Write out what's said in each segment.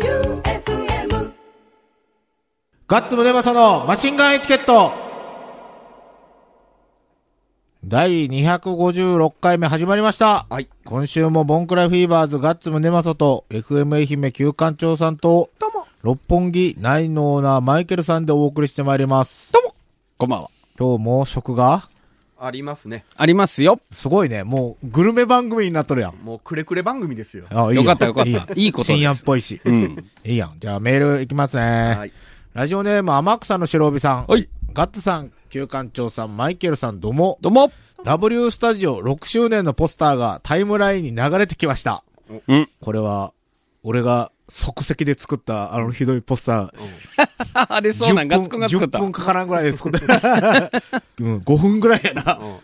J-O-E-U-F-M ガッツムネマソのマシンガンエチケット第256回目始まりました。はい。今週もボンクラフィーバーズガッツムネマソと FM 愛媛旧館長さんと、六本木ナインのオーナーマイケルさんでお送りしてまいります。こんばんは。今日も食がありますね。ありますよ。すごいね。もうグルメ番組になっとるやん。もうくれくれ番組ですよ。あよかったよかったやんいいことです深夜っぽいし。うん。いいやん。じゃあメールいきますね。はい。ラジオネーム天草の白帯さん。はい。ガッツさん、旧館長さん、マイケルさん、どうも。どうも。 W スタジオ6周年のポスターがタイムラインに流れてきました。うん。これは、俺が即席で作ったあのひどいポスター。あれそうなん、ガッツくんが作っ10た。分かからんぐらいで作った。うん、5分ぐらいやな。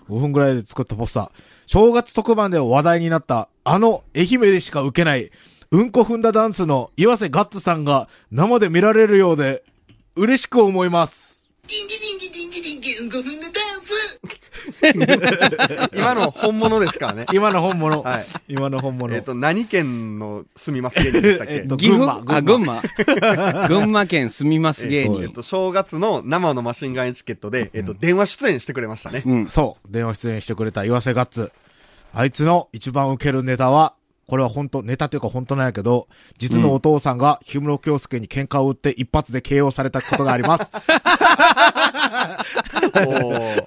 5分ぐらいで作ったポスター。正月特番で話題になった、あの愛媛でしか受けない、うんこ踏んだダンスの岩瀬ガッツさんが生で見られるようで、嬉しく思います。。ディンギディンギディンギディンギうんこ踏んでダンス今の本物ですからね 今の本物。はい今の本物。えっと、何県の住みます芸人でしたっけえっと岐阜群馬あ、群馬。群馬 県住みます芸えっ人。と、正月の生のマシンガンエチケットで、えっと、電話出演してくれましたね。うん。そう、電話出演してくれた岩瀬ガッツ。あいつの一番受けるネタは、これは本当、ネタというか本当なんやけど、実のお父さんが氷室京介に喧嘩を打って一発で KO されたことがあり ます。お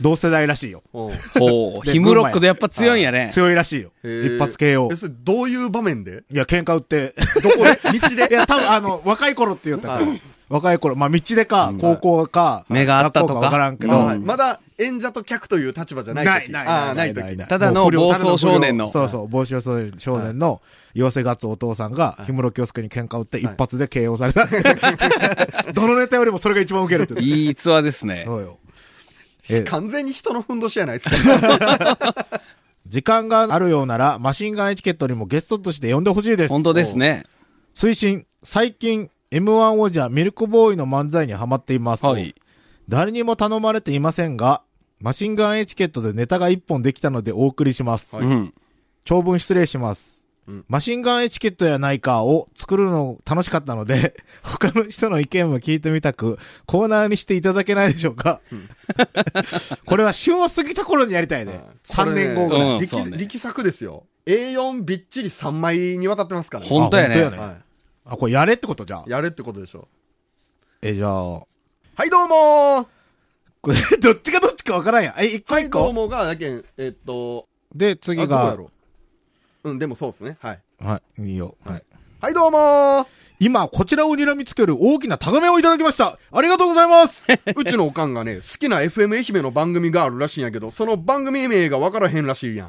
同世代らしいよ。おー。ほう。でヒムロックでやっぱ強いんやね。強いらしいよ。へー一発え、 KO。それどういう場面でいや、喧嘩打って、どこで 道いでや、多分あの、若い頃って言ったからはい。若い頃、まあ、道でか、高校か、目が合ったとか学校わからんけあーど、まだ演者と客という立場じゃない時。ない、ない、あーな、ないいない、時ない。ただのもう不良暴走少年のただ不良そうそう、暴走少年の、岩瀬ガッツお父さんが、氷室京介に喧嘩を打って一発で KO された。 どのネタよりもそれが一番ウケるっていう。いいツアーですね。そうよ。えー完全に人のふんどしやないです か。時間があるようなら、マシンガンエチケットにもゲストとして呼んでほしいです。本当ですね。推進、最近、M1 王者ミルクボーイの漫才にハマっています。はい。誰にも頼まれていませんが、マシンガンエチケットでネタが一本できたのでお送りします。うん。 長文失礼します。うんマシンガンエチケットやないかを作るの楽しかったので、 他の人の意見も聞いてみたく、コーナーにしていただけないでしょうか、 これは旬を過ぎた頃にやりたいね。3年後ぐらい。うん力そうね力作ですよ。A4 びっちり3枚にわたってますからね。本当やあ本当ね。やねはあ、これやれってことじゃあい。。やれってことでしょ。え、じゃあ、 はい、どうもーこれどっちがどっちかわからんやん。え、一個一どう個もが、やけん、えっと、で、あ次どこやが、ろううん、でもそうですね。はい。はい、いいよ。はい。はい、どうもー今、こちらを睨みつける大きなタガメをいただきました。ありがとうござい ます。うちのおかんがね、好 きな FM 愛媛の番組があるらしいんやけど、その番組名がわからへんらしいやん。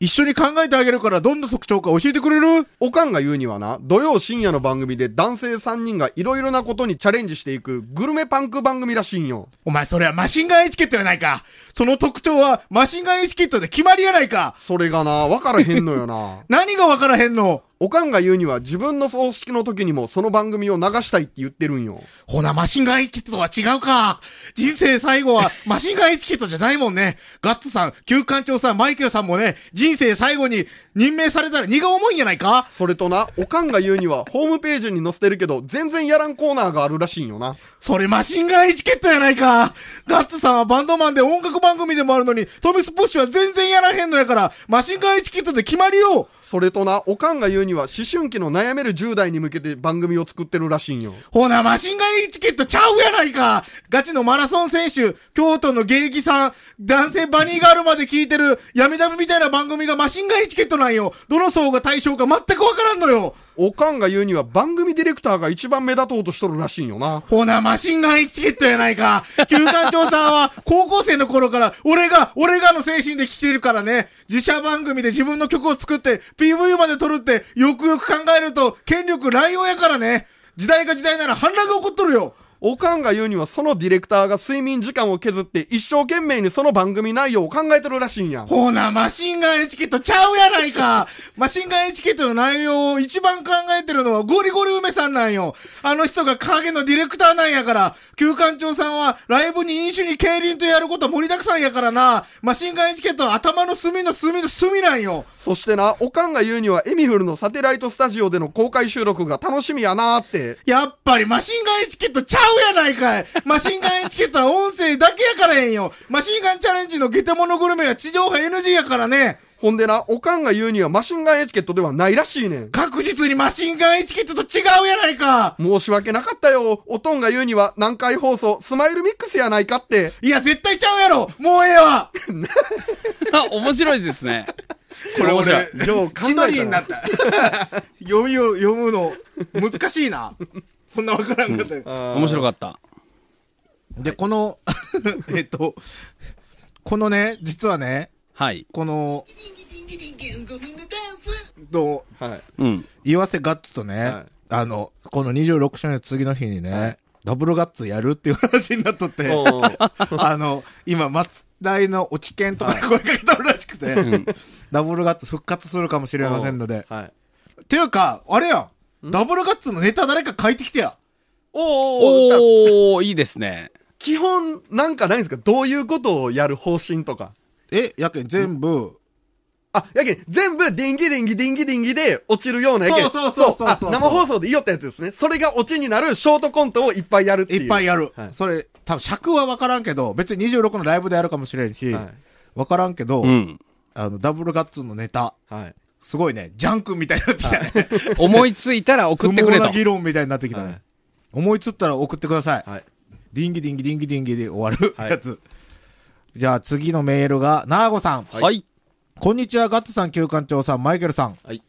一緒に考えてあげるから、どんな特徴か教えてくれるおかんが言うにはな、土曜深夜の番組で男性3人がいろいろなことにチャレンジしていくグルメパンク番組らしいんよ。お前それはマシンガンエチケットやないか。その特徴はマシンガンエチケットで決まりやないか。。それがな、わからへんのよな 何がわからへんのおかんが言うには自分の葬式の時にもその番組を流したいって言ってるんよ。ほな、マシンガンエチケットとは違うか。人生最後はマシンガンエチケットじゃないもんね。ガッツさん、旧館長さん、マイケルさんもね、人生最後に任命されたら荷が重いんやないか。それとな、おかんが言うにはホームページに載せてるけど、全然やらんコーナーがあるらしいんよな。それマシンガンエチケットやないか。ガッツさんはバンドマンで音楽番組でもあるのに、トミスポッシュは全然やらへんのやから、マシンガンエチケットで決まりよ。それとな、おかんが言うには思春期の悩める10代に向けて番組を作ってるらしいんよ。ほな、マシンガンエチケットちゃうやないかガチのマラソン選手、京都の芸妓さん、男性バニーガールまで聞いてる、闇ダブみたいな番組がマシンガンエチケットなんよどの層が対象か全くわからんのよおかんが言うには番組ディレクターが一番目立とうとしとるらしいんよな。ほな、マシンガンエチケットやないか旧館長さんは、高校生の頃から、俺が、俺がの精神で聴けるからね、自社番組で自分の曲を作って、PV まで撮るって、よくよく考えると、権力乱用やからね時代が時代なら反乱が起こっとるよおかんが言うにはそのディレクターが睡眠時間を削って一生懸命にその番組内容を考えてるらしいんやん。ほな、マシンガンエチケットちゃうやないかマシンガンエチケットの内容を一番考えてるのはゴリゴリ梅さんなんよあの人が影のディレクターなんやから旧館長さんはライブに飲酒に競輪とやること盛りだくさんやからなマシンガンエチケットは頭の隅の隅の隅なんよそしてな、おかんが言うにはエミフルのサテライトスタジオでの公開収録が楽しみやなーって。やっぱりマシンガンエチケットちゃうやないかいマシンガンエチケットは音声だけやからええんよマシンガンチャレンジのゲテモノグルメは地上波 NG やからねほんでな、おかんが言うにはマシンガンエチケットではないらしいねん。確実にマシンガンエチケットと違うやないか申し訳なかったよ。おとんが言うには南海放送スマイルミックスやないかって。いや、絶対ちゃうやろもうええわあ、面白いですね。これ面白い。よう考え千た鳥になった。 読みを読むの、難しいな。そんなわからんかったよ、面白かった。で、この、 えっと、このね、実はね、はい。この、ディンギディンギディンギうんこ踏んでダンスと、はい。うん。岩瀬ガッツとね、はいあの、この26周年の次の日にね、ダブルガッツやるっていう話になっとって、 あの、今、松代の落ち券とかで声かけたらしくて、ダブルガッツ復活するかもしれませんので、はい。ていうか、あれやん。ダブルガッツのネタ誰か書いてきてや。おーおーおー、いいですね。基本なんかないんですかどういうことをやる方針とか。え、やけん全部、あ、やけん、全部ディンギディンギディンギディンギで落ちるようなやけん。そうそうそうそうそうあ生放送で言いよったやつですね。それがオチになるショートコントをいっぱいやるっていう。いっぱいややる。はいそれ、多分尺は分からんけど、別に26のライブでやるかもしれんし、はい分からんけど、うん。あの、ダブルガッツのネタ、はい。すごいね、ジャンクみたいになってきたね。思いついたら送ってく不れ毛とな。議論みたいになってきたね。はい思いつったら送ってください。はい。ディンギディンギディンギディンギで終わるはいやつ。じゃあ次のメールが、ナーゴさん。はい。こんにちは、ガッツさん、旧館長さん、マイケルさん。はい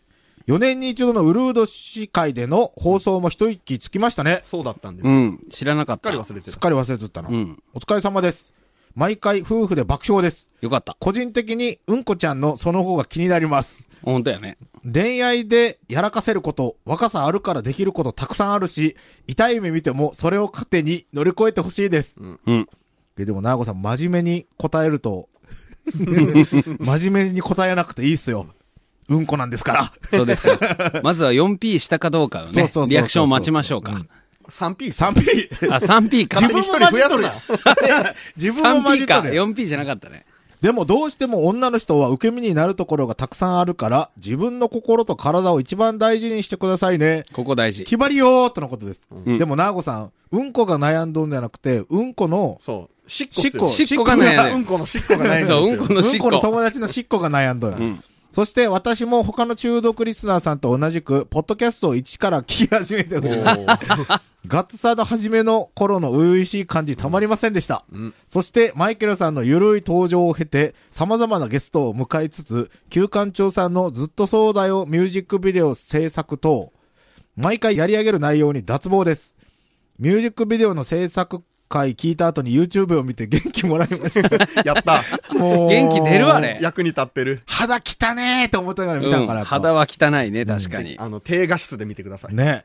4年に一度のウルード市会での放送も一息つきましたね。そうだったんです。うん。知らなかすっったかり。忘れて。すったかり忘れとったな。うん。お疲れ様です。毎回夫婦で爆笑です。よかった。個人的にうんこちゃんのその方が気になります。本当やね。恋愛でやらかせること、若さあるからできることたくさんあるし、痛い目見てもそれを糧に乗り越えてほしいです。うん。えでも、なーごさん、真面目に答える と、真面目に答えなくていいっすよ。うんこなんですから。そうですよ。まずは 4P したかどうかのそうそうそねうそう、リアクションを待ちましょうか。うん 3P。 3P。あ、3P か。勝手に一人増やすな。自分も混じ 3P ってか。るよ。 4P じゃなかったね。でもどうしても女の人は受け身になるところがたくさんあるから、自分の心と体を一番大事にしてくださいね。ここ大事。ひばりよーとのことです。んでも、なーごさん、うんこが悩んどんじゃなくて、うんこの、そう。しっこっしっすよこ、しっこが悩んでるうんこのしっこがないんですよ。そううんこのしっこうんこの友達のしっこが悩んどんや。んそして私も他の中毒リスナーさんと同じく、ポッドキャストを一から聞き始めておりますおーガッツサーの初めの頃の初々しい感じたまりませんでした。そして、マイケルさんのゆるい登場を経て、様々なゲストを迎えつつ、旧館長さんのずっと壮大をミュージックビデオ制作等、毎回やり上げる内容に脱帽です。ミュージックビデオの制作回聞いた後に YouTube を見て元気もらいました。やった。もう 元気出るわね。役に立ってる。肌汚ねえと思ったから見うたんから、やっぱ肌は汚いね、確かに。あの、低画質で見てください。ね。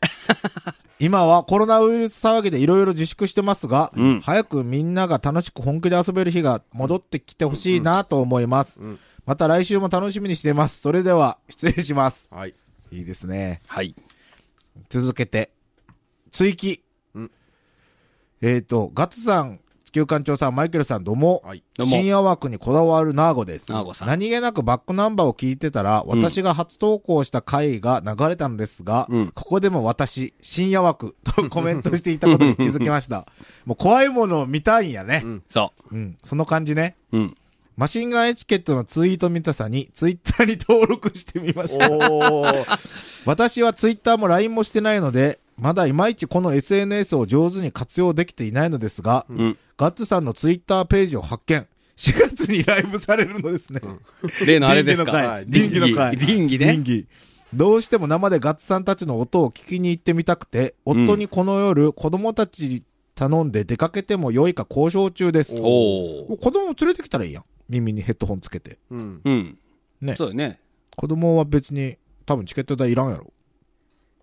今はコロナウイルス騒ぎでいろいろ自粛してますが、ん早くみんなが楽しく本気で遊べる日が戻ってきてほしいなと思います。また来週も楽しみにしています。それでは、失礼します。はい。いいですね。はい。続けて、追記。うんえっ、と、ガッツさん、旧館長さん、マイケルさん、どうも。はい。どうも深夜枠にこだわるナーゴです。ナーゴさん何気なくバックナンバーを聞いてたら、私が初投稿した回が流れたのですが、うんここでも私、深夜枠と コメントしていたことに気づきま した。もう怖いものを見たいんやね。んそうん、その感じね。う。うん。マシンガンエチケットのツイート見たさに、ツイッターに登録してみました。おー。私はツイッターも LINE もしてないので、まだいまいちこの SNS を上手に活用できていないのですが、んガッツさんのツイッターページを発見。4月にライブされるのですね。例のあれです か。リンギの会。リンギリねン。ギ。どうしても生でガッツさんたちの音を聞きに行ってみたくて、夫にこの夜、子供たち頼んで出かけても良いか交渉中です。おお子。供連れてきたらいいやん。耳にヘッドホンつけて。うん。うん。ねそうだね。子供は別に、多分チケット代いらんやろ。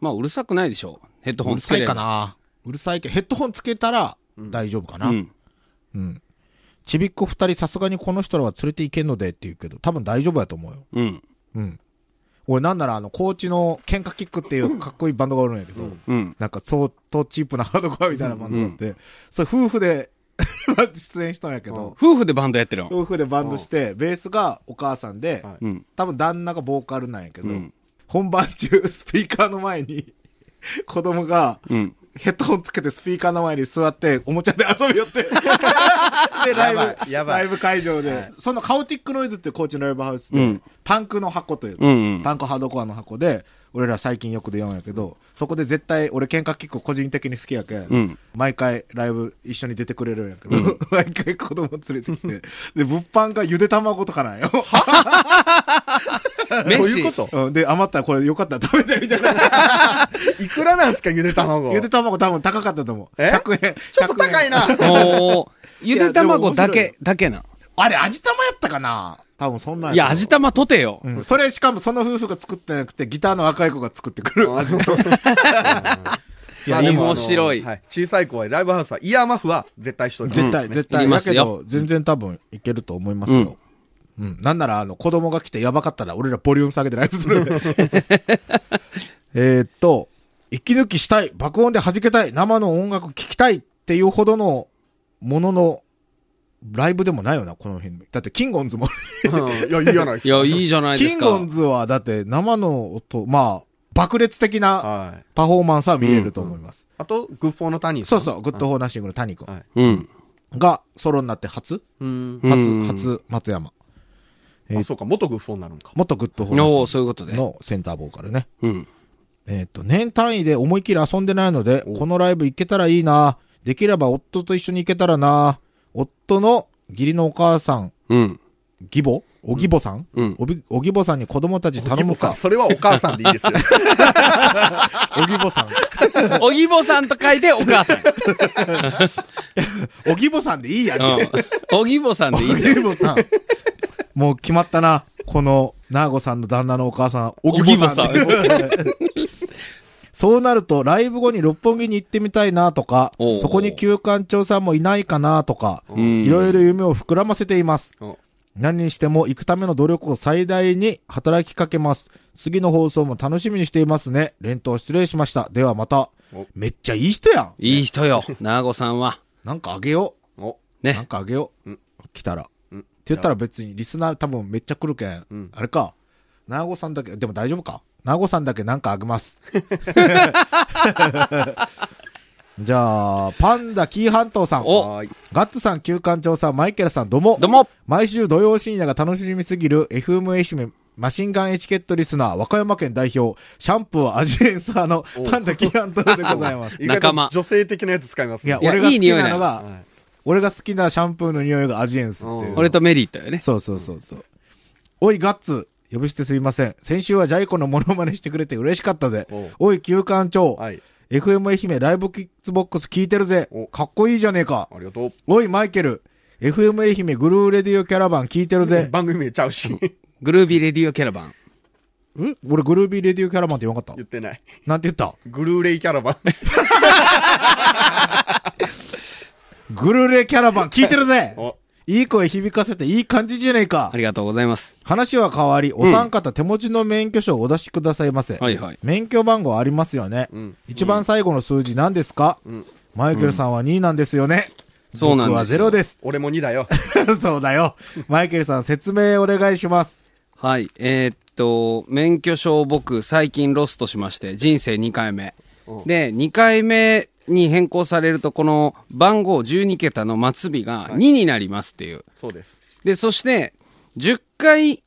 まあ、うるさくないでしょ。ヘッドホうンるつさけいればかな。うるさいけど、ヘッドホンつけたら大丈夫かな。うん。ちびっこ二人さすがにこの人らは連れて行けんのでって言うけど、多分大丈夫やと思うよ。うん。俺なんならあの、高知の喧嘩キックっていうかっこいいバンドがおるんやけど、うん。なんか相当チープなハードコアみたいなバンドがあって、それ夫婦で 出演したんやけど、夫婦でバンドやってるの。夫婦でバンドして、ベースがお母さんで、はいうん。多分旦那がボーカルなんやけど、うん本番中スピーカーの前に子供が うん。ヘッドホンつけてスピーカーの前に座っておもちゃで遊びよって でライやばブいやばいライブ会場で、そのカオティックノイズっていうコーチのライブハウスで、うんパンクの箱という、うんうんパンクハードコアの箱で俺ら最近よく出ようんやけどそこで絶対俺喧嘩キック個人的に好きやけ、ん毎回ライブ一緒に出てくれるんやけど、 毎回子供連れてきてで物販がゆで卵とかなんよメッどういシうことうん、で、余ったらこれよかったら食べてみたいな。いく らなんすか、ゆで 卵。ゆで卵多分高かったと思う。え100円。ちょっと高 いな。おーゆで卵だいやでけ、だけな。あれ、味玉やったかな多分そんなんいや、味玉。玉とてよ。うんそれしかもその夫婦が作ってなくて、ギターの若い子が作ってくる。あのいまやあでも面白いあのは小さい子はライブハウスはイヤーマフは絶対しといて 絶対、うん絶い対。りだますけよど、全然多分いけると思いますよ。うん。なんなら、あの、子供が来てやばかったら、俺らボリューム下げてライブするんで。 えーっと、息抜きしたい、爆音で弾けたい、生の音楽聴きたいっていうほどのものの、ライブでもないよな、この辺。だって、キングオンズも。うんいや、いいじゃないですいか。や、いいじゃないでキすン か。グオンズは、だって、生の音、まあ、爆裂的なはい。パフォーマンスは見れると思います。あと、グッフォーの谷そうそう、グッドホーナッシングの谷君はいうん。がソロになって初う。うん。初、初、松山。えーあ、そうか、元グッフォーになるのか。元グッドホーナッシングおおそういうことで。のセンターボーカルね。うん。えっ、と、年単位で思い切り遊んでないので、このライブ行けたらいいな。できれば夫と一緒に行けたらな。夫の義理のお母さん、うん。義母お義母さん、うんおびお義母さんに子供たち頼むお義母さかん。それはお母さんでいいですよ。お義母さん。おぎぼさんと書いてお母さん。お義母さんでいいやんけ。うん。おぎぼさんでいいぜ。義母さん。もう決まったな。この、ナーゴさんの旦那のお母さん、おおぎぎぼぼささんん。そうなると、ライブ後に六本木に行ってみたいなとかお、うそこに旧館長さんもいないかなとか、うんいろいろ夢を膨らませています。お何にしても行くための努力を最大に働きかけます。次の放送も楽しみにしていますね。連投失礼しました。ではまたお。めっちゃいい人やん。いい人よ、なーごさんは。なんかあげよう。おなねん。かあげよう。うん来たら。うんって言ったら別にリスナー多分めっちゃ来るけん。うんあれか。なーごさんだけ、でも大丈夫か。なーごさんだけなんかあげます。じゃあ、パンダキーハントさん。おはーいガッツさん、旧館長さん、マイケルさん、どうも。どうも。毎週土曜深夜が楽しみすぎる FM 愛媛マシンガンエチケットリスナー、和歌山県代表、シャンプーはアジエンサーのパンダキーハントでございます。意外と仲間女性的なやつ使いますいね。や、いや俺が好きなのいい匂いだがよ、。俺が好きなシャンプーの匂いがアジエンスっていううん俺とメリットよね。そうそうそうそう。おい、ガッツ。呼び捨てすいません。先週はジャイコのモノマネしてくれて嬉しかったぜおう。おい、旧館長。はい。 FM 愛媛ライブキッズボックス聞いてるぜお。かっこいいじゃねえか。ありがとう。おい、マイケル。FM 愛媛グルーレディオキャラバン聞いてるぜ。番組名ちゃうし。グルービーレディオキャラバン。ん俺、グルービーレディオキャラバンって言わなかった言ってない。なんて言ったグルーレイキャラバ ン。グルーレキャラバン聞いてるぜ。おいい声響かせていい感じじゃねえかあ。りがとうございます。話は変わり、お三方手持ちの免許証をお出しくださいませ。はいはい。免許番号ありますよね。ん一番最後の数字何ですか、マイケルさんは2なんですよね。そうなんですよ僕は0です。 俺も2だよ。そうだよ。マイケルさん説明お願いします。はい。えーっと、免許証を僕、最近ロストしまして、人生2回目。で、2回目に変更されると、この番号12桁の末尾が2になりますっていう。そうです。で、そして、10回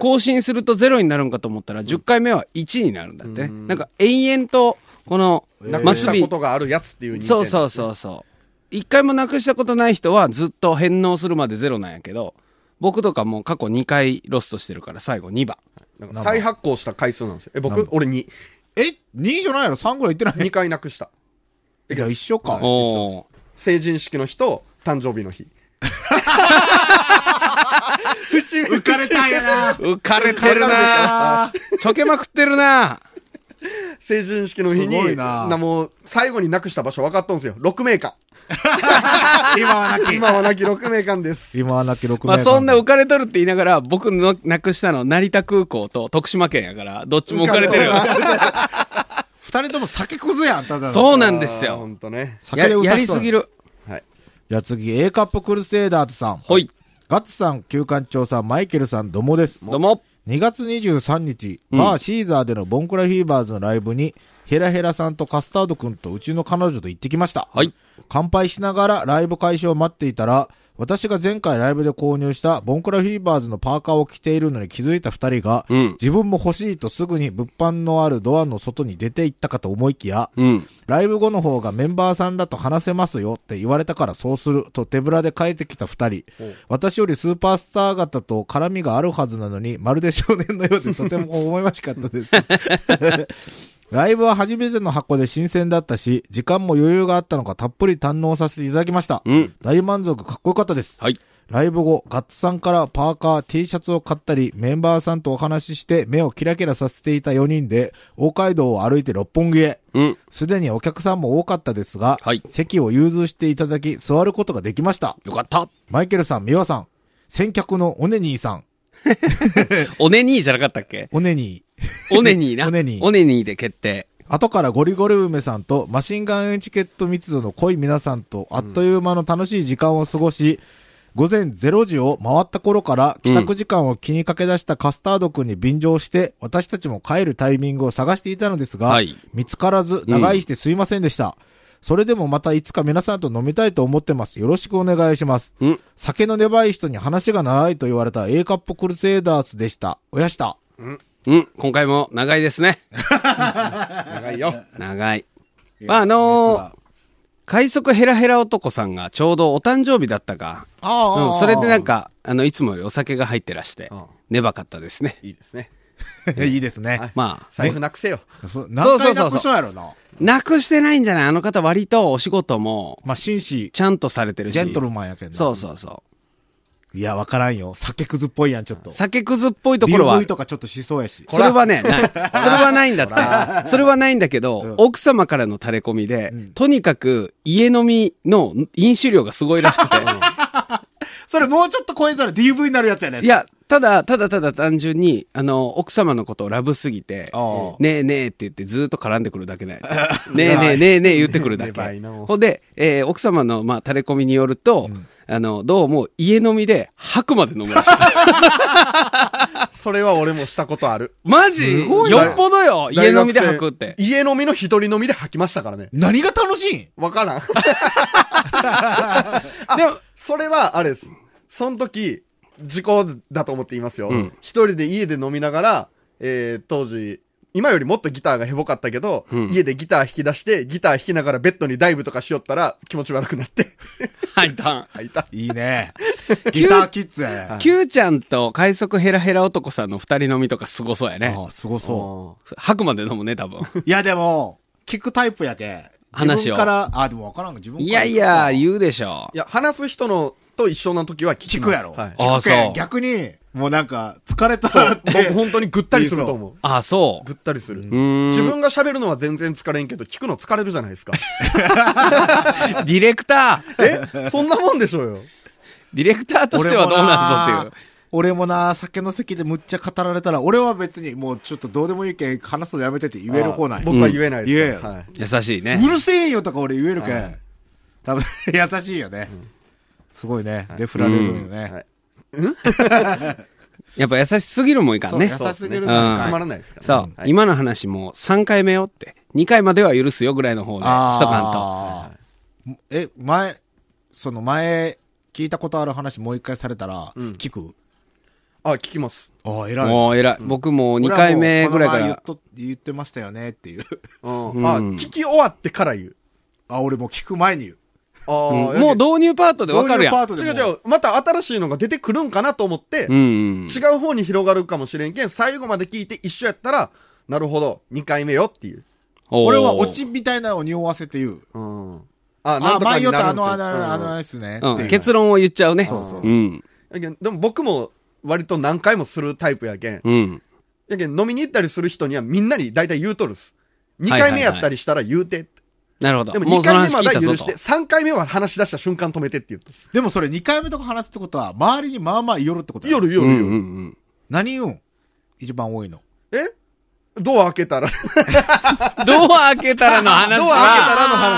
更新すると0になるんかと思ったら、10回目は1になるんだってね。なんか延々と、このなくし末たこ尾とがあるやつっていう認定。そうそううそうそう。一回もなくしたことない人はずっと返納するまでゼロなんやけど、僕とかもう過去2回ロストしてるから最後2番。なんか再発行した回数なんですよ。え、僕俺2。え ?2 じゃないの ?3 ぐらい言ってな2い回なくした。じゃあ一緒か。おお。成人式の日と誕生日 の日。浮 かれたんやな。浮かれてるなちょけまくってるな成人式の日すごに、いなもう、最後になくした場所分かったんですよ。6名間。今はなき。今はなき6名間です。今はなき6名間。まあそんな浮かれとるって言いながら、僕のなくしたの成田空港と徳島県やから、どっちも浮かれてるよ。二人とも酒くずやん、ただのそうなんですほよ。んとね。や酒でうやさしりそうすぎ。る。はい。じゃあ次、A カップクルセイダーズさん。ほい。ガッツさん、旧館長さん、マイケルさん、どうもです。どうも。 2月23日、うんバーシーザーでのボンクラフィーバーズのライブに、ヘラヘラさんとカスタードくんとうちの彼女と行ってきました。はい。乾杯しながらライブ開始を待っていたら、私が前回ライブで購入したボンクラフィーバーズのパーカーを着ているのに気づいた二人が、うん自分も欲しいとすぐに物販のあるドアの外に出て行ったかと思いきや、うん。ライブ後の方がメンバーさんらと話せますよって言われたからそうすると手ぶらで帰ってきた二人。私よりスーパースター方と絡みがあるはずなのに、まるで少年のようでとても思いましかったです。ライブは初めての箱で新鮮だったし、時間も余裕があったのかたっぷり堪能させていただきました。うん。大満足かっこよかったです。はい。ライブ後、ガッツさんからパーカー、T シャツを買ったり、メンバーさんとお話しして目をキラキラさせていた4人で、大街道を歩いて六本木へ。うん。すでにお客さんも多かったですが、はい席を融通していただき、座ることができました。よかった。マイケルさん、ミワさん、先客のオネニーさん、おねにーじゃなかったっけオネニー、おねにーな。おねにーおねにーで決定。後からゴリゴリ梅さんとマシンガンエチケット密度の濃い皆さんとあっという間の楽しい時間を過ごし、午前0時を回った頃から帰宅時間を気にかけ出したカスタード君に便乗して、私たちも帰るタイミングを探していたのですが、はい見つからず長居してすいませんでした。それでもまたいつか皆さんと飲みたいと思ってます。よろしくお願いします。うん酒の粘い人に話が長いと言われた A カップクルセイダーズでした。おやした。うん。今回も長いで すね。長いよ。長い。まあ、あのー、快速ヘラヘラ男さんがちょうどお誕生日だったか。ああ、うん、それでなんか、あの、いつもよりお酒が入ってらしてうん、ねばかったですね。いいですね。いいですね。まあ、財布なくせよ。 そ何回なそうそうそくうしそたんやろな。なくしてないんじゃないあの方割とお仕事も、まあ、紳士、ちゃんとされてるし。ジェントルマンやけんな。そうそうそいや、わからんよ。酒くずっぽいやん、ちょっとう。。酒くずっぽいところは DV、とかちょっとしそうやし。それはね、ない。それはないんだって。それはないんだけど、奥様からの垂れ込みで、とにかく家飲みの飲酒量がすごいらしくて。それもうちょっと超えたら DV になるやつやね。 いや、ただ、ただただ単純に、あの、奥様のことをラブすぎてああ、ねえねえって言ってずーっと絡んでくるだけね。ねえねえねえねえ言ってくるだねばいけ。のほんで、えー奥様の、まあ、垂れ込みによると、あの、どうも家飲みで吐くまで飲むらしい。それは俺もしたことある。マジごいよなっぽどよ 家飲みで吐くって。家飲みの一人飲みで吐きましたからね。何が楽しいんわ からん。でも、それは、あれです。その時、時効だと思って言いますよ。うん一人で家で飲みながら、えー、当時、今よりもっとギターがヘボかったけど、うん家でギター弾き出して、ギター弾きながらベッドにダイブとかしよったら気持ち悪くなって、 吐いたん。吐いた。いいね。 ギターキッズやね。 あ Q ちゃんと快速ヘラヘラ男さんの二人飲みとかすごそうやね。あ、すごそ吐くまで飲むね、多分。う。いや、でも、聞くタイプやけ。話を自分から、あ、でもわからんか、自分から。いやいや、聞言うでしょい。や、話す人のと一緒の時は聞きくます聞くやろ。はい。あ聞あくけんそう逆に、もうなんか、疲れたって。僕本当にぐったりすると思う。あ、そうぐ。ったりする。うーん自分が喋るのは全然疲れんけど、聞くの疲れるじゃない ですか。ディレクターえそんなもんでしょうよ。ディレクターとしてはどうなんぞっていう。 俺もな、酒の席でむっちゃ語られたら、俺は別にもうちょっとどうでもいいけん、話すのやめてって言える方ない。僕は言えないですよ、うん言えよはい。優しいうね。るせえよとか俺言えるけはんい。多分、優しいよね。すごいね。で、振られるよはね。いやっぱ優しすぎるもいかそんう、ね。優そう、しすぎるのうんつまがらないですから、そうはい今の話も3回目よって。2回までは許すよぐらいの方でしとかあーえ、前、その前、聞いたことある話もう一回されたら、聞くあ、聞きます。ああ、んと。偉い。もう偉い。僕も2回目ぐらいか俺はもうらこ。の前言っと言ってましたよねっていう。うんうんあ、聞き終わってから言う。あ、俺もう聞く前に言う。あうんーもう導入パートでわかるやん。どういううパートで違もう違う、また新しいのが出てくるんかなと思って、違んうん。う方に広がるかもしれんけん、最後まで聞いて一緒やったら、なるほど、2回目よっていう。おー俺はオチみたいなのを匂わせて言う。うん。あ、なあん、とか前に言なっるんですよたあの、あの、あの、あうんのですね。うっていん。う結論を言っちゃうね。そうそううそん。やけんでも僕も割と何回もするタイプやけん。うん。やけん飲みに行ったりする人にはみんなに大体言うとるっす。 2回目やったりしたら言うて。なるほど。でももう2その回目話ま聞いだたぞ許しとて、。3回目は話し出した瞬間止めてって言うと。でもそれ2回目とか話すってことは、周りにまあまあよるってことだよ夜う夜んう夜。ん うん。何言うん一番多いの。えドア開けた ら。ドア開けたらの話ドア開けたは、らの話。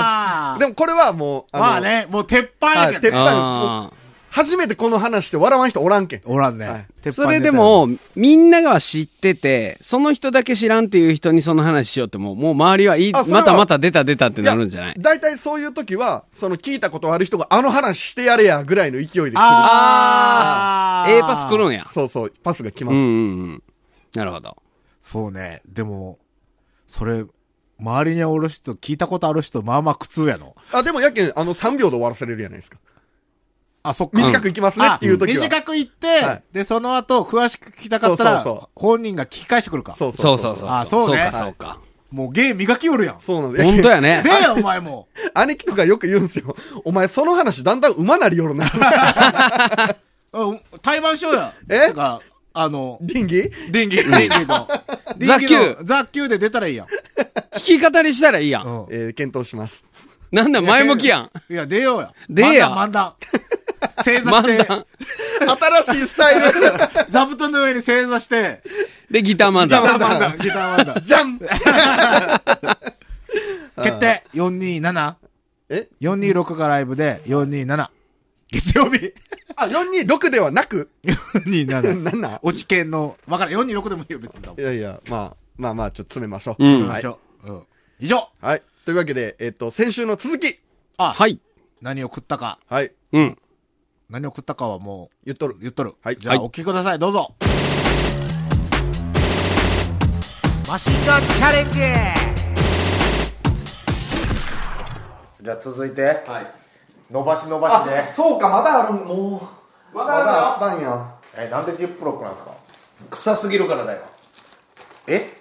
あーでもこれはもう、あのまあね、もう鉄板やけどはね。いあ初めてこの話して笑わん人おらんけん。おらんはねい。ー鉄板それネタでやな、も、みんなが知ってて、その人だけ知らんっていう人にその話しようっても、もう周りはいい、あそれはまたまた出た出たってなるんじゃない大体そういう時は、その聞いたことある人があの話してやれやぐらいの勢いで来る。あー A パス来るんや。そうそう、パスが来まうす。んうんうん。なるほど。そうね。でも、それ、周りにおる人、聞いたことある人、まあまあ苦痛やの。あ、でもやけん、あの3秒で終わらせれるやないですか。あ、そっか。短くいきますねっていう時は。あ短く言って、はいで、その後、詳しく聞きたかったら、そうそうそう本人が聞き返してくるか。そうそそううそそううそ。そうう。あそうねか、そうか。もう芸磨きよ るやん。そう なんです。本当やねで。や、お前も。姉貴とかよく言うんですよ。お前その話だんだん馬なりよるな。うん対バンしようや。えてか、あの、倫理電 気、 電気の。ザキューー。ザキューで出たらいいやん。弾き語りしたらいいやん。うん。えー、検討します。なんだ、前向きやん。いや、出ようや。出や漫談、漫談。正座漫して、談。新しいスタイル。座布団の上に正座して、で、ギター漫ギター談。漫談、ギター漫談。じゃん 決定 !427? え ?426 がライブで、427。月曜日あ、426ではなく ?427。なんなん落ち券の、わからん、426でもいいよ、別に。いやいや、まあ、まあまあ、ちょっと詰めましょう。うんはい。うん以上はい。というわけで、えっと、先週の続き。はい。何を食ったか、はい。うん。何を食ったかはも言っとう、る。言っとる。はいじゃあ、はいお聞きください、どうぞ。マシンガンチャレンジじゃあ、続いて、伸ばし伸ばしで。そうか、まだある、もう。まだあったんや。え、なんでジップロックなんですか臭すぎるからだよ。え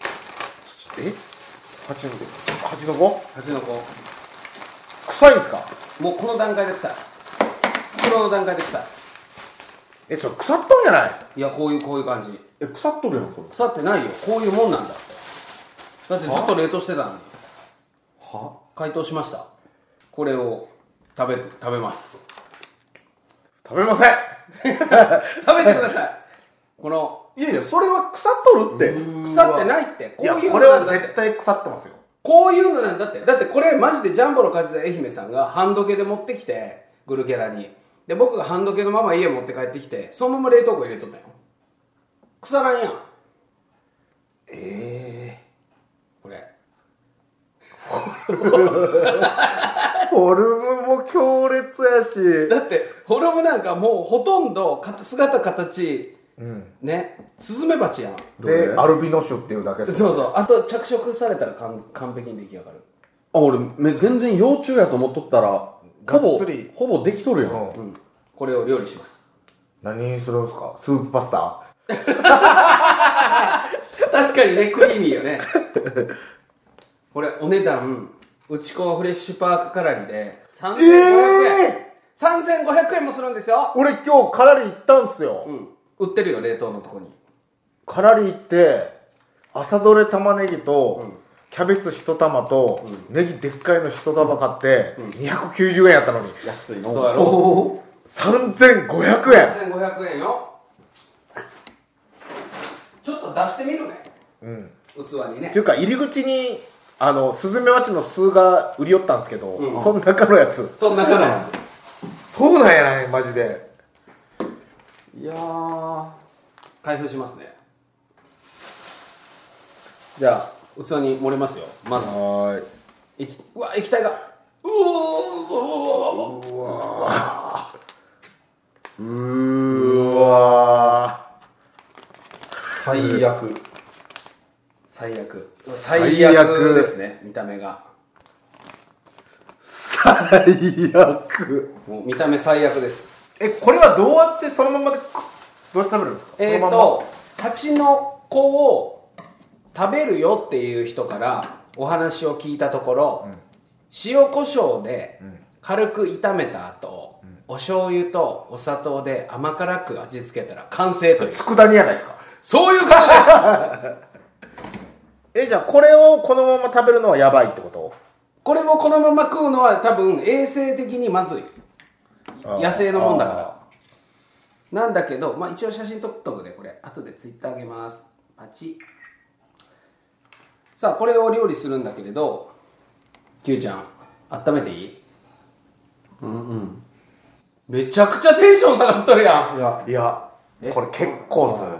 え八の八の五蜂の子。臭いんですかもうこの段階で臭い。袋の段階で臭い。えそれ腐っとんじゃないいや、こういう、こういう感じ。え腐っとるやんそれ腐ってないよ。こういうもんなんだって。だってずっと冷凍してたのに。は解凍しました。これを食べ、食べます。食べません食べてください。この、いやいやそれは腐っとるって腐ってないって。こいうやいうこのれなはんだって絶。対腐ってますよこういうのなんだって。だってこれマジでジャンボの数で愛媛さんがハンド系で持ってきて、グルケラに。で、僕がハンド系のまま家持って帰ってきて、そのまま冷凍庫入れとったよ。腐らんやん。ええこれ。フォルムも強烈やしだって、フォルムなんかもうほとんどか姿形、ね、スズメバチやん。でアルビノ種っていうだけですそうそう。あと着色されたら完完璧に出来上がる。あ、俺、め全然幼虫やと思っとったら、がっつりほぼできとるやうんうん。これを料理します。何にするんですかスープパスタ確かにね、クリーミーよね。 これ、お値段、うちこフレッシュパークカラリで、3500円。3500円もするんですよ。俺今日カラリ行ったんすよ、うん。売ってるよ、冷凍のとこに。カラリ行って朝どれ玉ねぎと、キャベツ一玉と、ネギでっかいの一玉買って、290円やったのに安いそうやろ。 3500円3500円よ。ちょっと出してみるね。うん。器にねってい。うか入り口にあのスズメバチの巣が売り寄ったんですけど、うんその中のやつそんな感じです。そうなんやないマジでいやー。開封しますね。じゃあ、器に盛れますよ。まず。は液うわ、液体が。うおーうわうわうわうわうわうわーいうーわ最悪。最悪最悪ですね見た目がー最悪もう見た目最悪ですえこれはどうやってそのままでくどうやって食べるんですかえっ、そのまんまと蜂の子を食べるよっていう人からお話を聞いたところ、塩コショウで軽く炒めた後、お醤油とお砂糖で甘辛く味付けたら完成という佃煮やないですかそういうことですえ、じゃあこれをこのまま食べるのはやばいってことこれもこのまま食うのは多分衛生的にまずいあー野生のもんだからなんだけど、まあ、一応写真撮っとくでこれ後でツイッターあげますパチさあこれを料理するんだけれど Q ちゃん温めていいうんうんめちゃくちゃテンション下がっとるやんいやいや、えこれ結構する。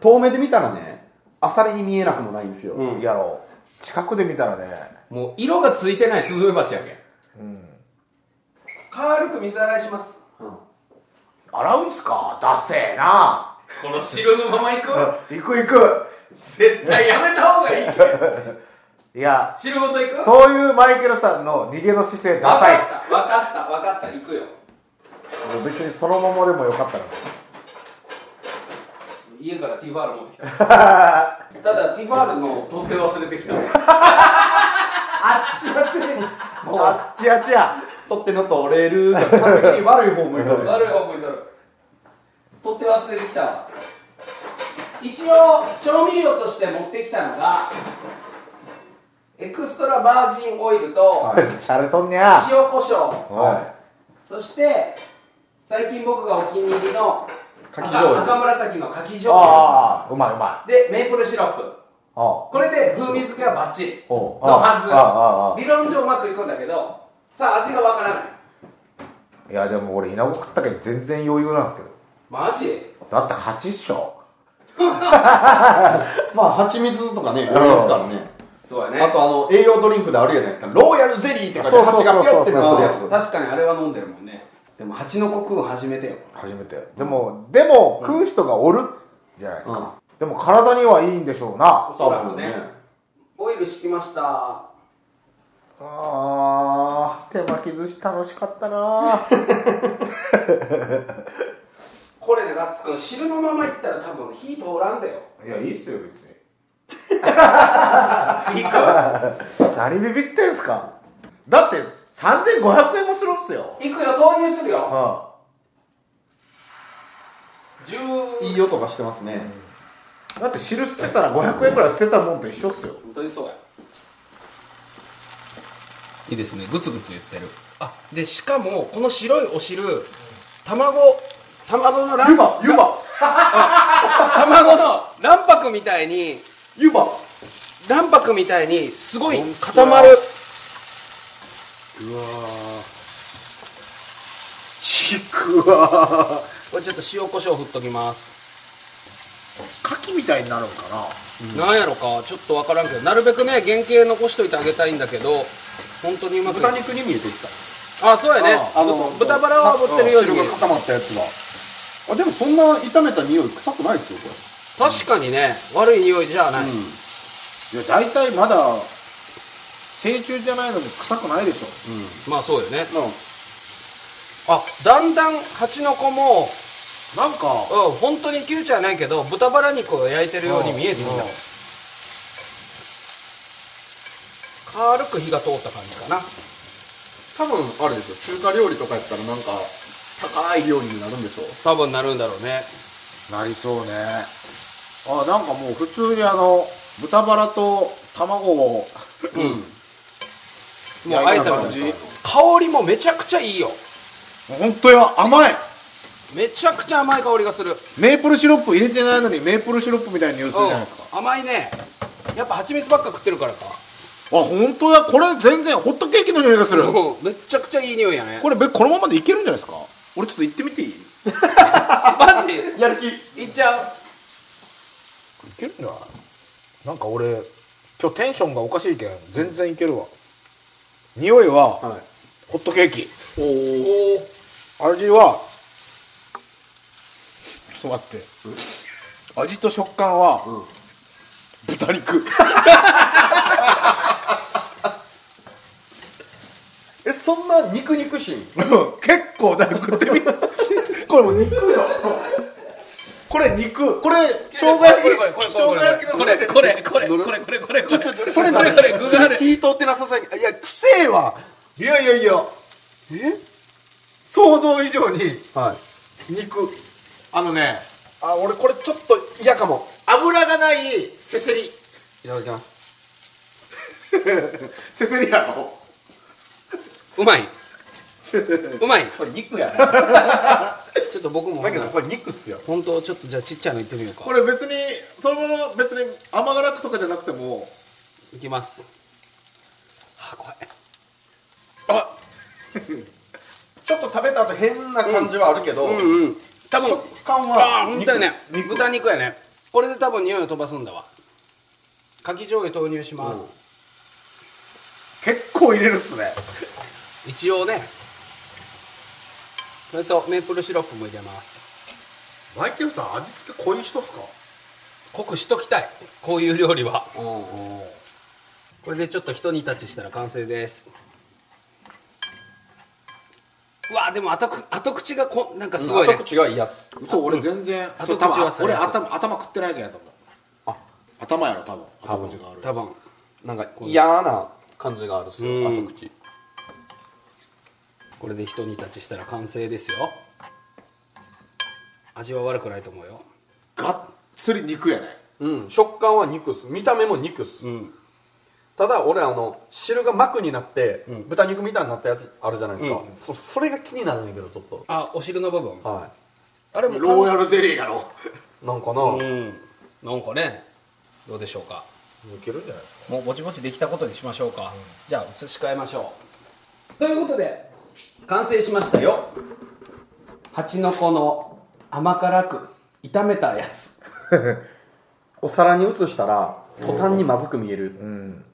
遠目で見たらねアサリに見えなくもないんですよ、うんやろう。近くで見たらね、もう色がついてないスズメバチやけん軽く水洗いします洗うんすかダセえな。この白のままいく行く行く。絶対やめた方がいいけんいや、汁ごといくそういうマイケルさんの逃げの姿勢わダかサいっったわかったわかった行くよす。俺別にそのままでもよかった な。家からティファール持ってきた ただティファールの取っ手忘れてきたあっちあっちに。あっちあっちや。取っての取れるが完璧に悪い方向いとる悪い方向に取る取っ手忘れてきたわ一応調味料として持ってきたのがエクストラバージンオイルとシャレとんにゃ。塩コショウはそして最近僕がお気に入りのかき醤油赤赤紫のかき醤ああ、うまいうまい。油でメープルシロップあこれで風味付けはバッチリおうのはずあああああ理論上うまくいくんだけどさあ味がわからないあいや、でも俺、稲子食ったけど全然余裕なんですけど。マジだって8っしょ。 いまあ蜂蜜とかね多いですからねそうやねあとあの栄養ドリンクであるじゃないですかローヤルゼリーって書いてそうそうそう蜂がピョってなっそうそうてるやうんつ確かにあれは飲んでるもんねでも蜂の子食う初めてよ初めてでもでも食う人がおるじゃないですか、でも体にはいいんでしょうなおそらくねオイル敷きましたあー手巻き寿司楽しかったなこれでガッツくん汁のままいったら多分火通らんだよいやいいっすよ別 にいいか何ビビってんすかだって3500円もするんすよいくよ投入するよは10いい音がしてますねいだって汁捨てたら500円くらい捨てたもんと一緒っすよ本当にそうやいいですねグツグツ言ってるあでしかもこの白いお汁卵卵の卵白湯葉 卵の卵白みたいに湯葉卵白みたいにすごい固まるうわ引くわこれちょっと塩コショウ振っときます、牡蠣みたいになるんかなんやろかちょっとわからんけどなるべくね原型残しといてあげたいんだけど本当にうまく豚肉に見えてきたあそうやねあの豚バラを炙ってるように汁が固まったやつがあでもそんな炒めた匂い臭くないですよこ確かにね悪い匂いじゃない、れ、うんないや大体まだ成虫じゃないのに臭くないでしょまあそうよねあだんだん蜂の子もなんかうん本当にキルチャーないけど豚バラ肉を焼いてるように見えてきた軽く火が通った感じかな多分あれですよ中華料理とかやったらなんか高い料理になるんでしょう多分なるんだろうねなりそうねあなんかもう普通にあの豚バラと卵をもうあえた感じ香りもめちゃくちゃいいよ本当や甘いめちゃくちゃ甘い香りがするメープルシロップ入れてないのにメープルシロップみたいな匂いするじゃないですか、うん甘いねやっぱ蜂蜜ばっか食ってるからかあ本当やこれ全然ホットケーキの匂いがする、うんめちゃくちゃいい匂いやねこれべこのままでいけるんじゃないですか俺ちょっと行ってみていいいマジやる気いっちゃうけるんじゃないなんか俺今日テンションがおかしいけん全然いけるわ匂いは、ホットケーキおお味はちょっと待って、味と食感は、豚肉えそんな肉肉しいんですか結構だ食ってみこれもう肉よこれ肉これ生姜焼き生姜焼きのこれこれこれこれこれこれこれこれこれこれそれこれこれ具がある火通ってなさそうやけどいやくせえわいやいやいやえ想像以上にはい肉あのねあ俺これちょっと嫌かも油がないせせりいただきます せせりやろうまいうまいこれ肉やなちょっと僕も だけどこれ肉っすよ本当ちょっとじゃあちっちゃいのいってみようかこれ別にそのまま別に甘辛くとかじゃなくてもいきますあ怖いあちょっと食べた後変な感じはあるけど、うんうん多分食感ああは本肉当やね肉豚肉やねこれで多分匂いを飛ばすんだわかき醤油投入します結構入れるっすね一応ねそれとメープルシロップも入れますマイケルさん味付け濃い人っすか濃くしときたいこういう料理はこれでちょっと一煮立ちしたら完成ですうわでも後く後口がこんなんかすごいね、口が嫌っす嘘俺全然、うんそ後う口は多分さ俺頭頭食ってないけやと思う頭やろ多分後口がある多分なんか嫌な感じがあるっすうんよ後口これで一煮立ちしたら完成ですよ味は悪くないと思うよがっつり肉やねうん食感は肉っす見た目も肉っす、んただ俺あの汁が膜になって、豚肉みたいになったやつあるじゃないですか、そそれが気になるんだけどちょっとあお汁の部分はあれもローヤルゼリーやろいなんかな、うんなんかねどうでしょうか抜けるんじゃないですかもうぼちぼちできたことにしましょうか、じゃあ移し替えましょうということで完成しましたよ蜂の子の甘辛く炒めたやつ お皿に移したら途端にまずく見える、うん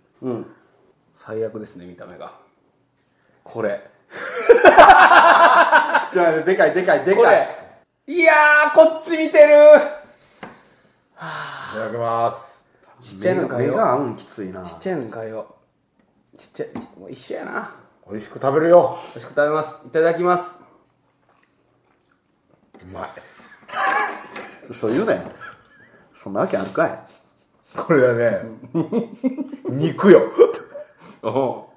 最悪ですね見た目がこれじゃあでかいでかいでこかれいいやーこっち見てるいただきますちっちゃいのかよ合うんきついなちっちゃいのかよちっちゃいちもう一緒やな美味しく食べるよ美味しく食べますいただきますうまい嘘言うなよそんなわけあるかいこれはね 肉よこ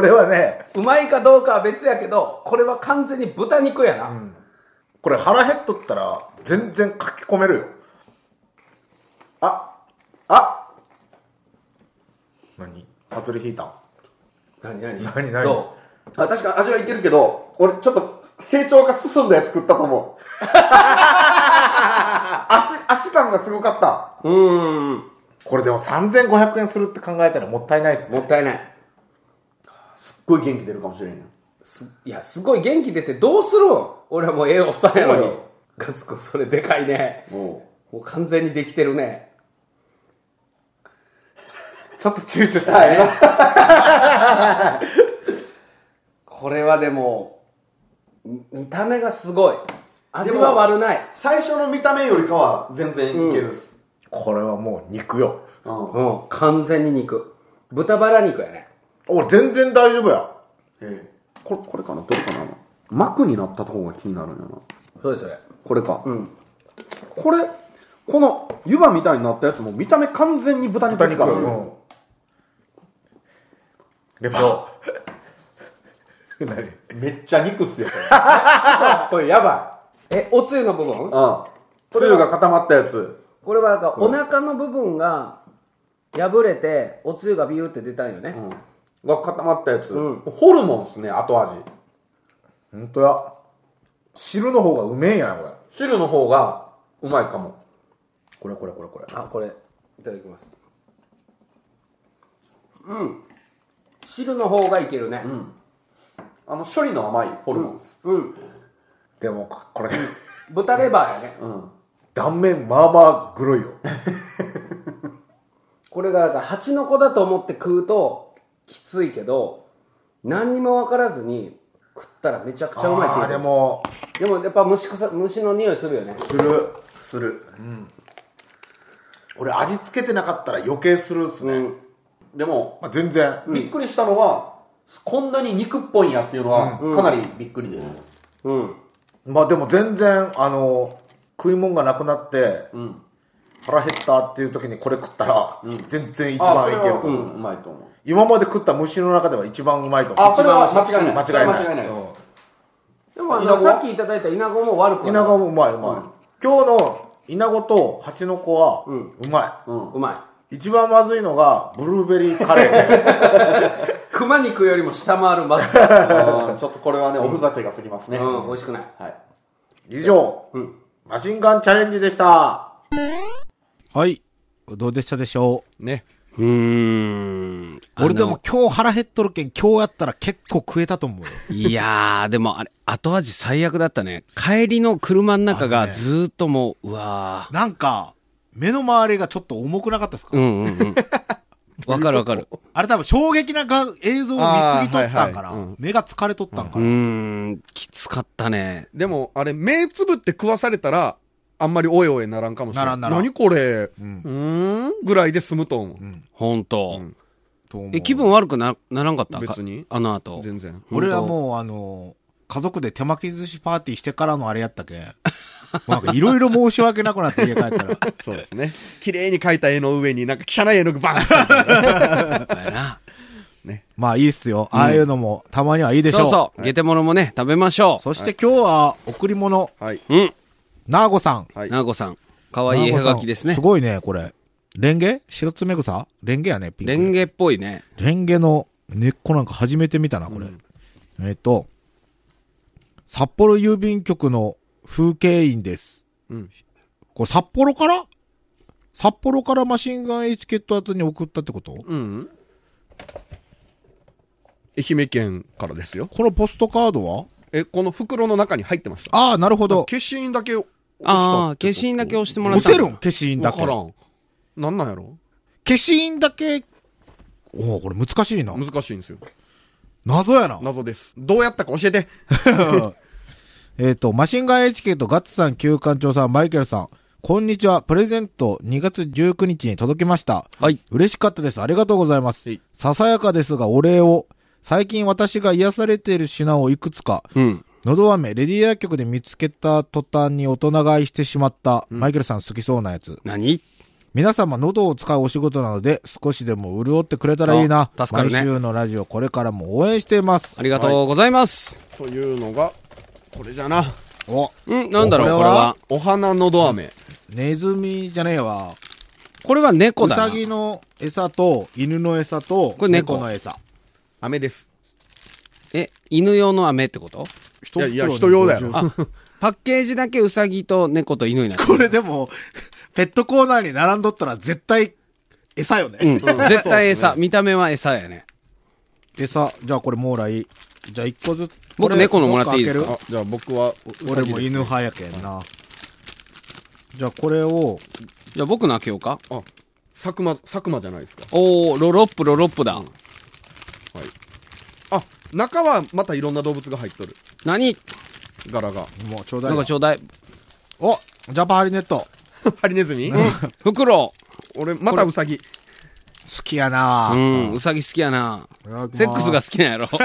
れはねうまいかどうかは別やけどこれは完全に豚肉やな、これ腹減っとったら全然書き込めるよああ何ハり引いた何何何何どあ確かに味はいけるけど俺ちょっと成長が進んだやつ食ったと 思う足足感がすごかったううーんこれでも3500円するって考えたらもったいないっすねもったいないすっごい元気出るかもしれんよすいやすごい元気出てどうするん俺はもうええおっさんやのにガツコそれでかいねもう完全にできてるねちょっと躊躇したねこれはでもみ見た目がすごい味は悪ない最初の見た目よりかは全然いけるっす、これはもう肉ようんうん完全に肉豚バラ肉やね俺全然大丈夫やこれこれかなどれかな膜になった方が気になるんやなそうですそれこれか、これこの湯葉みたいになったやつも見た目完全に豚肉豚です肉から、うんレポ何めっちゃ肉っすよこれこれやばえおつゆの部分いうんつゆが固まったやつこれはなんかお腹の部分が破れておつゆがビューって出たんよね、が固まったやつ、ホルモンっすね後味ほんとや汁の方がうめえんやなこれ汁の方がうまいかもこれこれこれこれあこれいただきますうん汁の方がいけるねあの処理の甘いホルモンっす、うん、でもここれ豚レバーやね、断面まあまあグロいよこれがだから蜂の子だと思って食うときついけど何にも分からずに食ったらめちゃくちゃうまいってあ言うーでもでもやっぱ虫臭虫の匂いするよねするする俺味付けてなかったら余計するっすね、うんでも、まあ、全然、びっくりしたのはこんなに肉っぽいんやっていうのはかなりびっくりです、うんまあでも全然あの食い物がなくなって、ん腹減ったっていう時にこれ食ったら、全然一あ番いけるとう思う、んうまいと思う今まで食った虫の中では一番うまいと思あうそれは間違いない間違いない間違いないです、でもあイナのゴさっきいただいたイナゴも悪くうないん、イナゴもうまいうまい、今日のイナゴとハチノコはんうまい、うまいう一番まずいのが、ブルーベリーカレー で。熊肉よりも下回るまずあーちょっとこれはね、おふざけが過ぎますね。うん美味しくないはい。以上、マシンガンチャレンジでした。はい。どうでしたでしょうね。うーん。俺でも今日腹減っとるけん、今日やったら結構食えたと思うよ。いやー、でもあれ、後味最悪だったね。帰りの車の中がずーっともう、うわなんか、目の周りがちょっと重くなかったですか、ー。うんうんうん。 わかるわかる。あれ多分衝撃なが映像を見すぎとったんから、あーはいはい目が疲れとったんかうら。ーん、きつかったね。でも、あれ、目つぶって食わされたら、あんまりおえおえならんかもしなれならい。んならん何これ、うーん、ぐらいで済むと思う。ほんと。と思うえ、気分悪くな、ならんかった別にかあの後。全然。俺はもうあの、家族で手巻き寿司パーティーしてからのあれやったけん。なんかいろいろ申し訳なくなって家帰った ら。そうですね。綺麗に描いた絵の上に、なんか汚い絵の具バーンだよな。まあいいっすよ。ああいうのもたまにはいいでしょ。そううそう。下手物もね、食べましょそして今日は贈り物、はい。う。うん。なーごさん。はいなあこさん。かわいい絵なはーごさがんきですねす。ごいね、これ。レンゲ白爪草レンゲやね、ピンクレで。ンゲっぽいね。レンゲの根っこなんか初めて見たな、これ。えっと、札幌郵便局の風景員です。うんこれ札幌から札幌からマシンガンエチケット後に送ったってこと、うん。愛媛県からですよ。このポストカードはえ、この袋の中に入ってました。ああ、なるほど。消印だけ押したああ、消印だけ押押してもらっ押たの。せるん消し印だだけ。から消ん。なんなんやろし印だけ、おおこれ難しいな。難しいんですよ。謎やな。謎です。どうやったか教 えて。えっ、と、マシンガンエチケットガッツさん、旧館長さん、マイケルさん、こんにちは。プレゼント2月19日に届きました。はい。嬉しかったです。ありがとうございます。はいささやかですがお礼を。最近私が癒されている品をいくつか、うん。のど飴、レディア局で見つけた途端に大人買いしてしまった、マイケルさん好きそうなやつ。何皆様、喉を使うお仕事なので、少しでも潤ってくれたらいいな。あ助かるね毎週のラジオ、これからも応援していますあ。りがとうございます。というのが、これじゃな。お、うん、なんだろう、ここれれはは。お花のど飴。ネズミじゃねえわ。これは猫うだな。さぎの餌と、犬の餌と、これ猫の餌。飴です。え、犬用の飴ってこといいやいや、人用だよ。 あ、パッケージだけウサギと猫と犬になってるこれでも、 ペットコーナーに並んどったら絶対、餌よね。うん、絶対餌、見た目は餌やね。餌、じゃあこれもらい。じゃあ一個ずつ。こ僕れ猫のもらっていいですかどっあ、じゃあ僕は、開ける俺も犬派やけんな。じゃあこれを、じゃあ僕の開けようか。あ、佐久間、佐久間じゃないですか。おー、ロロップ、ロロップだ。あ、中はまたいろんな動物が入っとる。何柄が。 もうちょうだないんなかちょうだい。おジャパハリネット。好ハリネズミ袋。俺、またウサギ。きやなうぁ。ん、ウサギ好きやな。セックスが好きなんや ろ。そう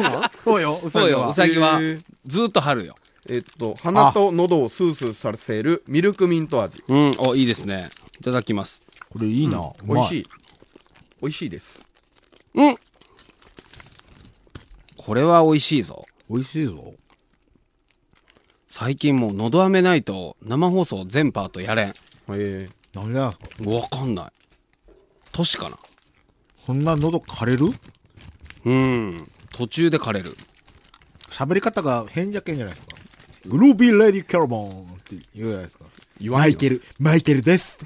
なんそうよ、うさそうぎよ、は。ウサギはへー。ずーっと春よ。えっと、鼻と喉をスースーさせるミルクミント味。うん、お、いいですね。いただきます。これいいなぁ。美味しい。い。美味しいです。うん。これは美味しいぞ。美味しいぞ。最近もう喉飴ないと生放送全パートやれん。ええ。なんだよわかんない。年かな。そんな喉枯れるうん。途中で枯れ る。喋り方が変じゃけんじゃないですか。グルービーレディキャラバンって言うじゃないですか。言わマんイよ。ケル、マイケルです。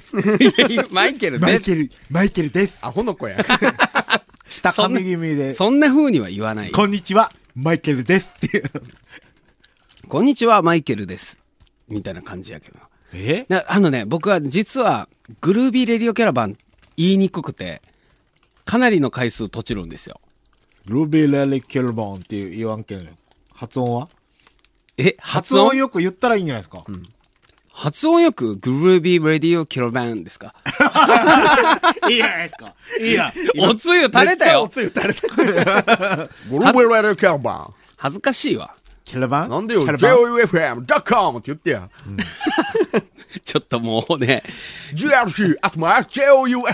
マイケルマイね。ケル、マイケルです。アホの子 や。下そんな髪気味で。そんな風には言わない。ここんにちは、マイケルですっていう。んにちは、マイケルです。みたいな感じやけど。えなあのね、僕は実は、グルービーレディオキャラバン言いにくくて、かなりの回数とちるんですよ。ルビー・レレ・キャルボンっていう言わんけん。発音はえ、発発音音よく言ったらいいんじゃないですか。発音よくグルービーレディオキャラバンですか いいじゃないですか。いいや。おつゆ垂れたよつゆ垂れた。ゴルベラルキャンバ恥ずかしいわ。キャルバン。ンなんでよ、キャラバン JOFM.com って言ってや。ちょっともうね、 GRC、あとま、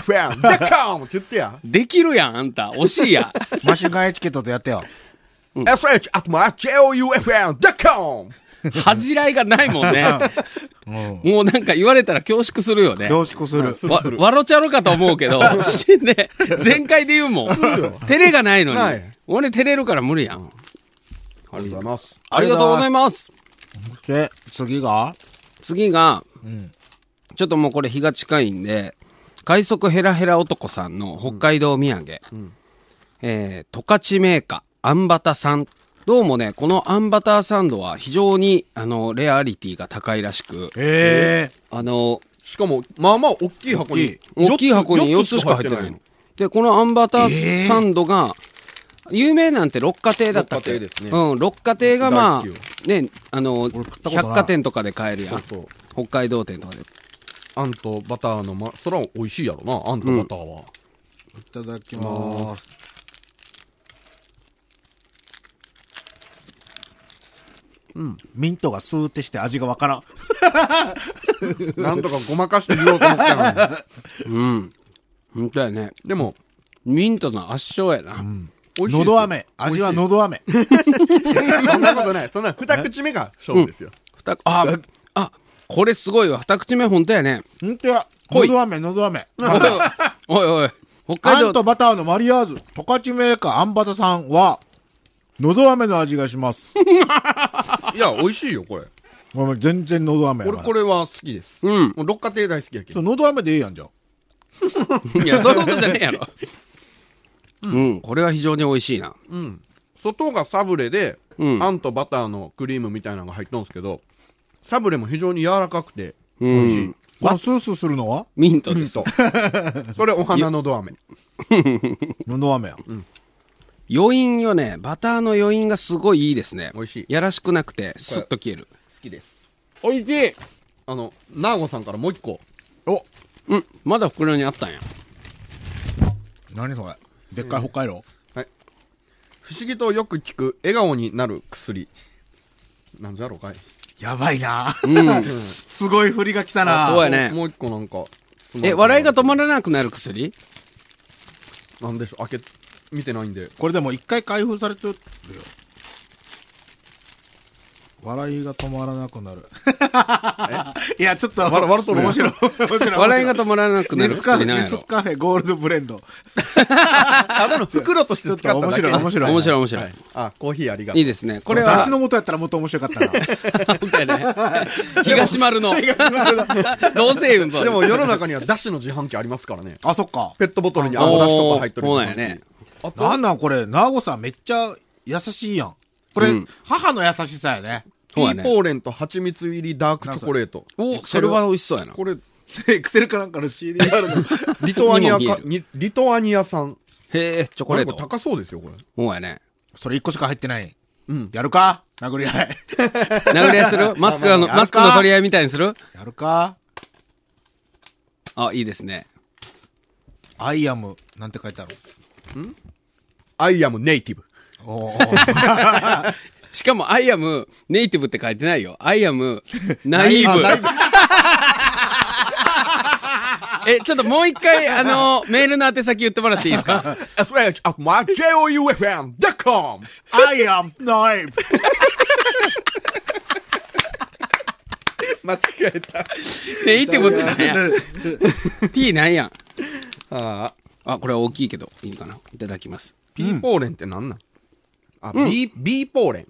JOFM.com って言ってや。できるやん、あんた。惜しいや。マシンガンエチケットとやってよ。 SH、あとま、JOFM.com。 恥じらいがないもんね。うん。もうなんか言われたら恐縮するよね。恐縮する。わ、わろちゃろかと思うけど、 死んで、全開で言うもん。照れがないのなにい。俺照れるから無理やん。ありがとうございます。ありがとうございます。で、次が次が、ちょっともうこれ日が近いんで、快速ヘラヘラ男さんの北海道土産、えー、十勝メーカー、アンバタさん。どうもね、このアンバターサンドは非常に、あの、レアリティが高いらしく、ええあの、しかも、まあまあ大きい箱に。大きい箱に4つしか入ってないの。で、このアンバえターーサンドが、有名なんて六花亭だったっ六花け亭ですねうん、六花亭がま大好きよあ、ね、あの、たことない百貨店とかで買えるやん。そう北海道店とかで。あんとバターの、ま、そら美味しいやろな、あんとバターは。いただきます。うん。ミントがスーってして味がわからん。なんとかごまかしてみようと思ったの に。本当やね。でも、ミントの圧勝や美味な。しいですよ。喉飴。味は喉飴。そんなことない。そんな二口目が勝負ですよ。二あ、あ、これすごいわ。二口目本当やね。ほんとや。濃い喉飴、喉飴。おいおい、北あ海んと道、バターのマリアーズ、十勝メーカー、あんバタさんは、喉飴の味がします。いや、美味しいよ、これ。ごめん全然喉飴や俺、な。これは好きです。うん。もう六花亭大好きやけそど。う喉飴でいいやんじゃん。いや、そういうことじゃねえやろ。うん、これは非常に美味しいな。外がサブレで、うんあんとバターのクリームみたいなのが入っとんですけど、サブレも非常に柔らかくて、うん。このスースーするのはミントです。それお花のど飴。喉飴や。余韻よね。バターの余韻がすごいいいですね。美味しいやらしくなくて、スッと消える。好きです。美味しいあの、ナーゴさんからもう一個。おうん、まだ袋にあったんや。何それでっかい北海道不思議とよく聞く笑顔になる薬。なんじゃろうかい。やばいなうん。 すごい振りが来たなそうやもねうもう一個なんか。え、笑いが止まる。らなくなる薬なんでしょう、開け、見てないんで。これでも一回開封されてるよ。笑いが止まらなくなる。いや、ちょっと、わ笑っとる面白い。 面白い。笑いが止まらなくなネるスカフ薬ェ、なんネやスろ。カフェゴールドブレンド。ただの袋として使っただけ面白い、面白い。面白い面白はいい。。あ、コーヒーありがと。いういですね。ここれれはは。、の元やったらもっと面白かった な。 東丸の。同性運動。でも世の中にはダシの自販機ありますからね。あ、そっか。ペットボトルに青ダシとおか入っー、とるそうなんやね。。あとなんなんこれ、ナーゴさんめっちゃ優しいやん。これ、母の優しさやね。ピそうやーね。ポーレンと蜂蜜入りダークチョコレート。お、それは美味しそうやな。これ、エクセルかなんかの CD があるの。リトアニアにもか、にリトアニア産。へえ、チョこコレれート。高そうですよ、これ。そうやね。それ一個しか入ってない。うん。やるか殴り合い。殴り合いするマスクの、やるかマスクの取り合いみたいにするやるかあ、いいですね。アイアム、なんて書いてあるアイアムネイティブ。おーしかも、アイアム、ネイティブって書いてないよ。アイ アム、ナイーブ。 え、ちょっともう一回、あの、メールの宛先言ってもらっていいで すか a flash of my joufm.com! アイアム、ナイブ 間違えた。ネイティブってなんや ?t なんやああ、あ、これは大きいけど、いいかな。いただきます。ピーポーレンってなんなんあ、ビー、ビーポーレン。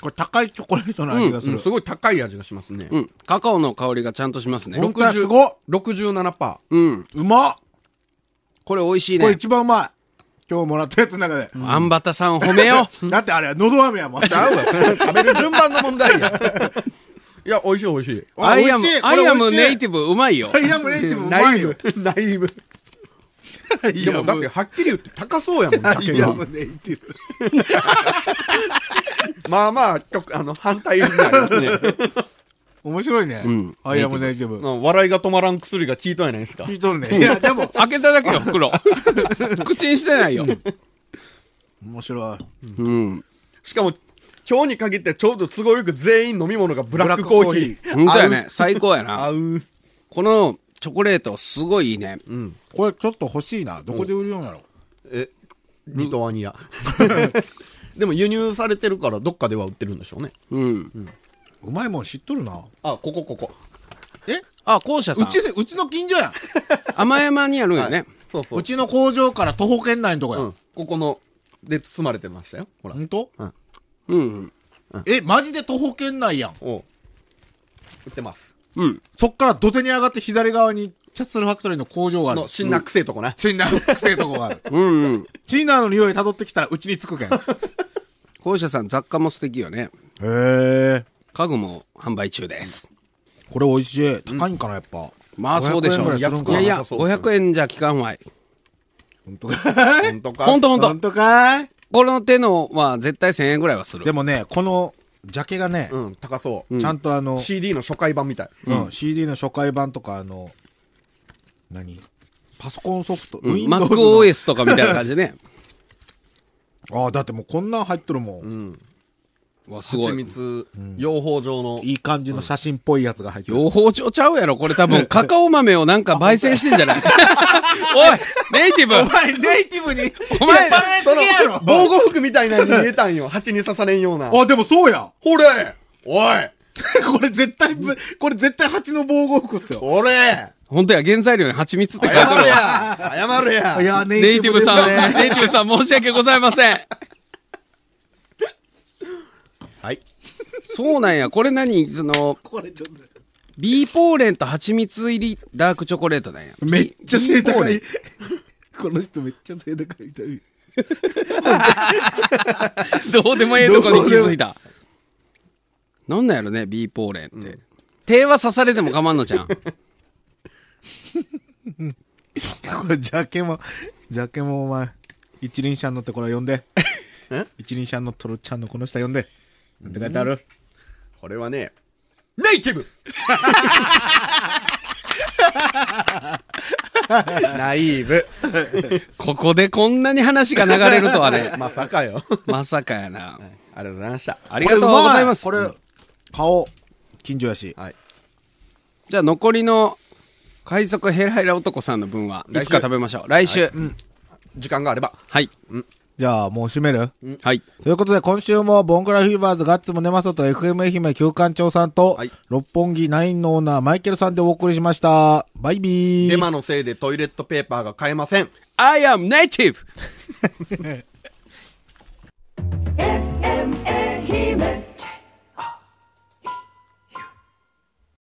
これ高いチョコレートの味がすうるん、。すごい高い味がしますね。うん。カカオの香りがちゃんとしますね。本当や、すごっ67%。うん。うまっこれ美味しいこれね。一番うまい。今日もらったやつの中で。アンバタさん褒め よう。だってあれ、喉飴やもん。合うわ。 食べる順番の問題や。 いや、美味しい美味しい。アイアム美味しい、こアれ美味しイいアムネイティブうまいよ ア。イアムレイティブうまナイいよ。ーブ。ナイーブ。い でも、だってはっきり言って高そうや もん、ア竹イアがム。ネイティブ。まあまあ、曲あの、反対になりますね。面白いねん。アイアムネイティブ。うん笑いが止まらん薬が効いとんやないですか聞。いとるね。いや、でも、開けただけよ、 袋。 口にしてないよ。面白い。うん。 しかも、今日に限ってちょうど都合よく全員飲み物がブラックコーヒー。本当やね。最高や合な。う。このチョコレート、すごいいいね。これちょっと欲しいな。どこで売るようなのえ、リトアニ ア。でも輸入されてるからどっかでは売ってるんでしょうね。うん。うまいもん知っとるな。あ、ここここ。あ、校舎さ。うんちで、うちの近所やん。甘山にあるんよね。そうそうう。ちの工場から徒歩圏内のとこやうん。ここの、で包まれてましたよ。ほらほ。んとうん。え、マジで徒歩圏内やん。おう売ってます。うん。そっから土手に上がって左側にキャッスルファクトリーの工場があるの、。辛辣くせえとこな。チンナーくせえとこがあ る。うんうん。チンナーの匂い辿ってきたらうちに着くけん。へ校舎さん、雑貨も素敵よね。え。家具も販売中です。これ美味しい。高いんかな、やっぱ。まあそうでしょう。 500円ぐらいいすやるんかいや、なさそうですよね500円じゃ期間外。本当かい ほんとか。ほんとほん本と。当かいこの手のは絶対1000円ぐらいはするで。もね、この、ジャケがね、うん、高そう。ちゃんとあの、 CD の初回版みたい。うん、CD の初回版とか、あの、何パソコンソフト、うん Windows の MacOS とかみたいな感じでね。ああ、だってもうこんなん入っとるもん。う わ、すご蜂い。蜜、養蜂状の。いい感じの写真っぽいやつが入ってる。養蜂場ちゃうやろこれ多分、カカオ豆をなんか焙煎してんじゃない おいネイティブ前、ネイティブに、お前そのやろ防護服みたいなのに見えたんよ。蜂に刺されんような。あ、でもそうやほれおい これ絶対ぶ、これ絶対蜂の防護服っすよ。ほれ本当や、原材料に蜂蜜って書いてあ謝るれや謝わ。れやいや、ネイティブさですねん、ネイティブさん申し訳ございません。はい。そうなんや、これ何その、ビーポーレンと蜂蜜入りダークチョコレートなんや。 めっちゃ背高ビい。この人めっちゃ背高いみたい。どうでもええとこに気づいた。なんなんやろね、ビーポーレンって。手は刺されても構んのじゃん。これ、ジャケも、ジャケもお前、一輪車に乗ってこれ呼ん で。一輪車に乗っとるちゃんのこの人呼んで。なんて書いてあるこれはね、ネイティブ ナイーブ。ここでこんなに話が流れるとはね、まさかよ。まさかやな。ありがとうございました。ありがとうございます。これ、顔、近所やし。はい。じゃあ残りの、海賊ヘラヘラ男さんの分は、い来週つか食べましょう。来週。時間があれば。はい。じゃあ、もう閉めるはい。ということで、今週も、ボンクラフィーバーズ、ガッツムネマソと FM 愛媛旧館長さんと、はい六本木ナインのオーナー、マイケルさんでお送りしました。バイビー。デマのせいでトイレットペーパーが買えません。 I am native!